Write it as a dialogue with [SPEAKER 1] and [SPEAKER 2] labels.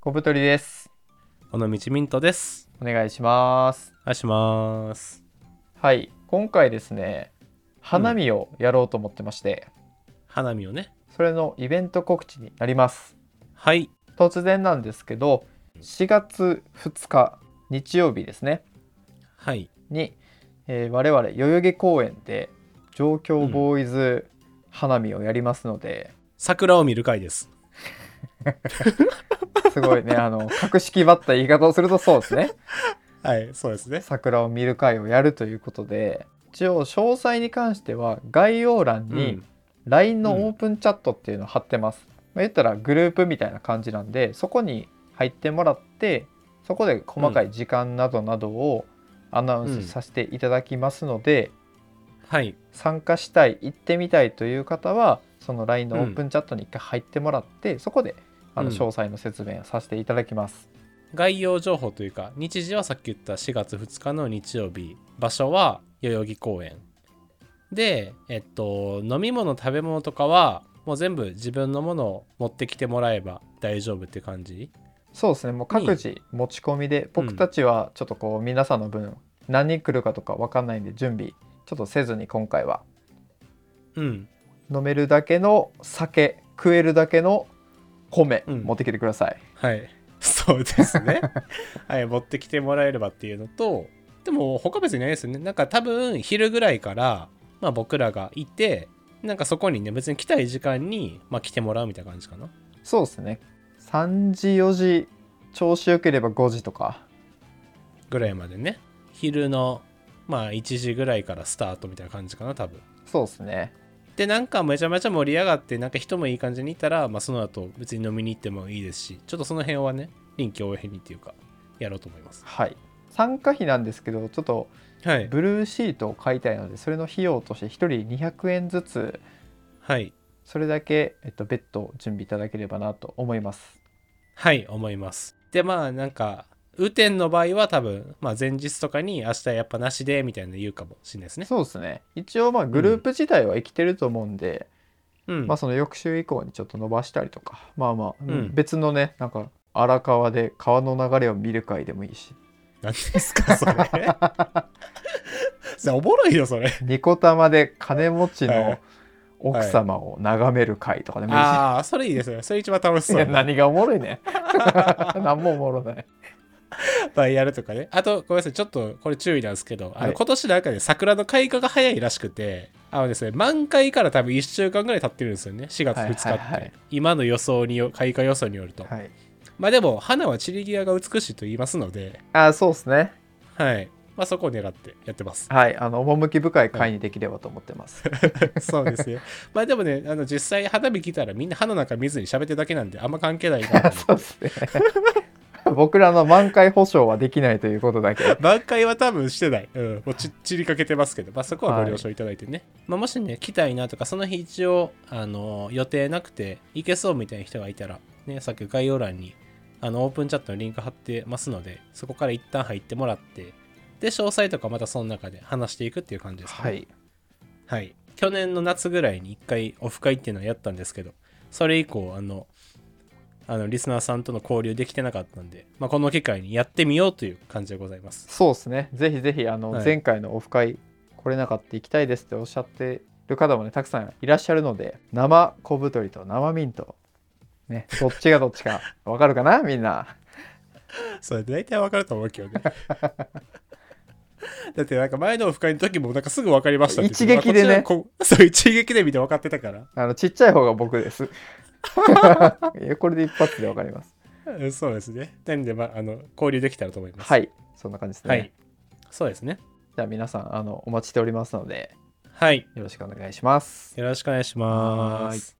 [SPEAKER 1] 小太りです。
[SPEAKER 2] 尾道ミントです。
[SPEAKER 1] お願いします。
[SPEAKER 2] お願いします。
[SPEAKER 1] はい、今回ですね、花見をやろうと思ってまして、
[SPEAKER 2] 花見をね。
[SPEAKER 1] それのイベント告知になります。
[SPEAKER 2] はい。
[SPEAKER 1] 突然なんですけど、4月2日日曜日ですね
[SPEAKER 2] はい。
[SPEAKER 1] に、えー我々代々木公園で上京ボーイズ花見をやりますので、
[SPEAKER 2] 桜を見る会です。
[SPEAKER 1] すごいね、あの格式ばった言い方をするとそうですね。
[SPEAKER 2] はい、そうですね。
[SPEAKER 1] 桜を見る会をやるということで一応詳細に関しては概要欄
[SPEAKER 2] う
[SPEAKER 1] に
[SPEAKER 2] ん。
[SPEAKER 1] LINE のオープンチャットっていうのを貼ってます、まあ言ったらグループみたいな感じなんでそこに入ってもらってそこで細かい時間などなどをアナウンスさせていただきますので、
[SPEAKER 2] はい。
[SPEAKER 1] 参加したい行ってみたいという方はその LINE のオープンチャットに一回入ってもらって、そこであの
[SPEAKER 2] うん
[SPEAKER 1] 詳細の説明をさせていただきます、
[SPEAKER 2] 概要情報というか、日時はさっき言った4月2日の日曜日。場所は代々木公園。で、えっと、飲み物、食べ物とかは、もう全部自分のものを持ってきてもらえば大丈夫って感じ
[SPEAKER 1] そうですねもう各自持ち込みで僕たちはちょっとこう皆さんの分何人来るかとか分かんないんで準備ちょっとせずに今回は
[SPEAKER 2] うん。
[SPEAKER 1] 飲めるだけの酒食えるだけの米
[SPEAKER 2] うん
[SPEAKER 1] 持ってきてください、
[SPEAKER 2] はい。そうですね。はい、持ってきてもらえればっていうのと、でも他別にないですよね。なんか多分昼ぐらいから、まあ僕らがいて、なんかそこにね、別に来たい時間に、まあ来てもらうみたいな感じかな。
[SPEAKER 1] そうですね3時4時調子よければ5時とか
[SPEAKER 2] ぐらいまでね。昼の、まあ1時ぐらいからスタートみたいな感じかな、多分。
[SPEAKER 1] そうですね
[SPEAKER 2] で、なんかめちゃめちゃ盛り上がって、なんか人もいい感じにいたら、まあその後別に飲みに行ってもいいですし、ちょっとその辺はね、臨機応変にっていうか、やろうと思います。
[SPEAKER 1] はい参加費なんですけどちょっと
[SPEAKER 2] はい。
[SPEAKER 1] ブルーシートを買いたいのでそれの費用として1人200円ずつ
[SPEAKER 2] はい。
[SPEAKER 1] それだけ、えっと、別途準備いただければなと思います
[SPEAKER 2] はい、思います。で、まあなんか、雨天の場合は多分、まあ前日とかに明日やっぱなしでみたいなの言うかもしれないですね。
[SPEAKER 1] そうですね一応まあグループ自体は生きてると思うんで、
[SPEAKER 2] うん
[SPEAKER 1] まあ。その翌週以降にちょっと伸ばしたりとかまあまあ、
[SPEAKER 2] ん
[SPEAKER 1] 別のねなんか荒川で川の流れを見る会でもいい し
[SPEAKER 2] 何ですか、それ。 それおもろいよ、それ。
[SPEAKER 1] ニコ玉で金持ち
[SPEAKER 2] は
[SPEAKER 1] の
[SPEAKER 2] い
[SPEAKER 1] 奥様を眺める会とかでもいいし、
[SPEAKER 2] ああ、それいいですね。それ一番楽し
[SPEAKER 1] い
[SPEAKER 2] そ
[SPEAKER 1] や
[SPEAKER 2] う。
[SPEAKER 1] 何がおもろい ね何もおもろない
[SPEAKER 2] いっぱいやるとかね。あと、ごめんなさい、ちょっとこれ注意なんですけど、あ
[SPEAKER 1] は
[SPEAKER 2] の
[SPEAKER 1] い
[SPEAKER 2] 今年なんかね、桜の開花が早いらしくて、あのですね、満開から多分1週間ぐらい経ってるんですよね。4月2日って。
[SPEAKER 1] はいはいはい
[SPEAKER 2] 今の予想によ、開花予想によると。
[SPEAKER 1] はい
[SPEAKER 2] まあでも、花は散り際が美しいと言いますので、
[SPEAKER 1] あーそうですね
[SPEAKER 2] はい。まあそこを狙ってやってます。
[SPEAKER 1] はいあの趣深い会にできればと思ってます、
[SPEAKER 2] そうですね。まあでもね、あの実際花火来たらみんな花なんか見ずに喋ってるだけなんであんま関係ないなと
[SPEAKER 1] そうですね僕らの満開保証はできないということだけ
[SPEAKER 2] 満開は多分してない。うん。もうち散りかけてますけど、まあそこはご了承いただいてね。まあもしね、来たいなとか、その日一応、あの、予定なくて行けそうみたいな人がいたら、ね、さっき概要欄に、あの、オープンチャットのリンク貼ってますので、そこから一旦入ってもらって、で、詳細とかまたその中で話していくっていう感じですね。
[SPEAKER 1] はい
[SPEAKER 2] はい、去年の夏ぐらいに1回オフ会っていうのをやったんですけどそれ以降あのあのリスナーさんとの交流できてなかったんで、まあ、この機会にやってみようという感じでございます
[SPEAKER 1] そうですね。ぜひぜひあの、
[SPEAKER 2] はい
[SPEAKER 1] 前回のオフ会来れなかった行きたいですっておっしゃってる方もねたくさんいらっしゃるので生小太りと生ミントねどっちがどっち かわかるかなみんな。
[SPEAKER 2] それ大体わかると思うけどね だってなんか前のオフ会の時もなんかすぐ分かりましたって言って
[SPEAKER 1] 一撃でね
[SPEAKER 2] まあこちらこうそう一撃で見て分かってたから
[SPEAKER 1] あのちっちゃい方が僕 です。いやこれで一発でわかります。
[SPEAKER 2] うんそうですねなんで、まあ、あの交流できたらと思います、
[SPEAKER 1] はいいそんな感じですね。
[SPEAKER 2] はい、そうですね
[SPEAKER 1] じゃあ皆さんあのお待ちしておりますので
[SPEAKER 2] はい
[SPEAKER 1] よろしくお願いします。
[SPEAKER 2] よろしくお願いします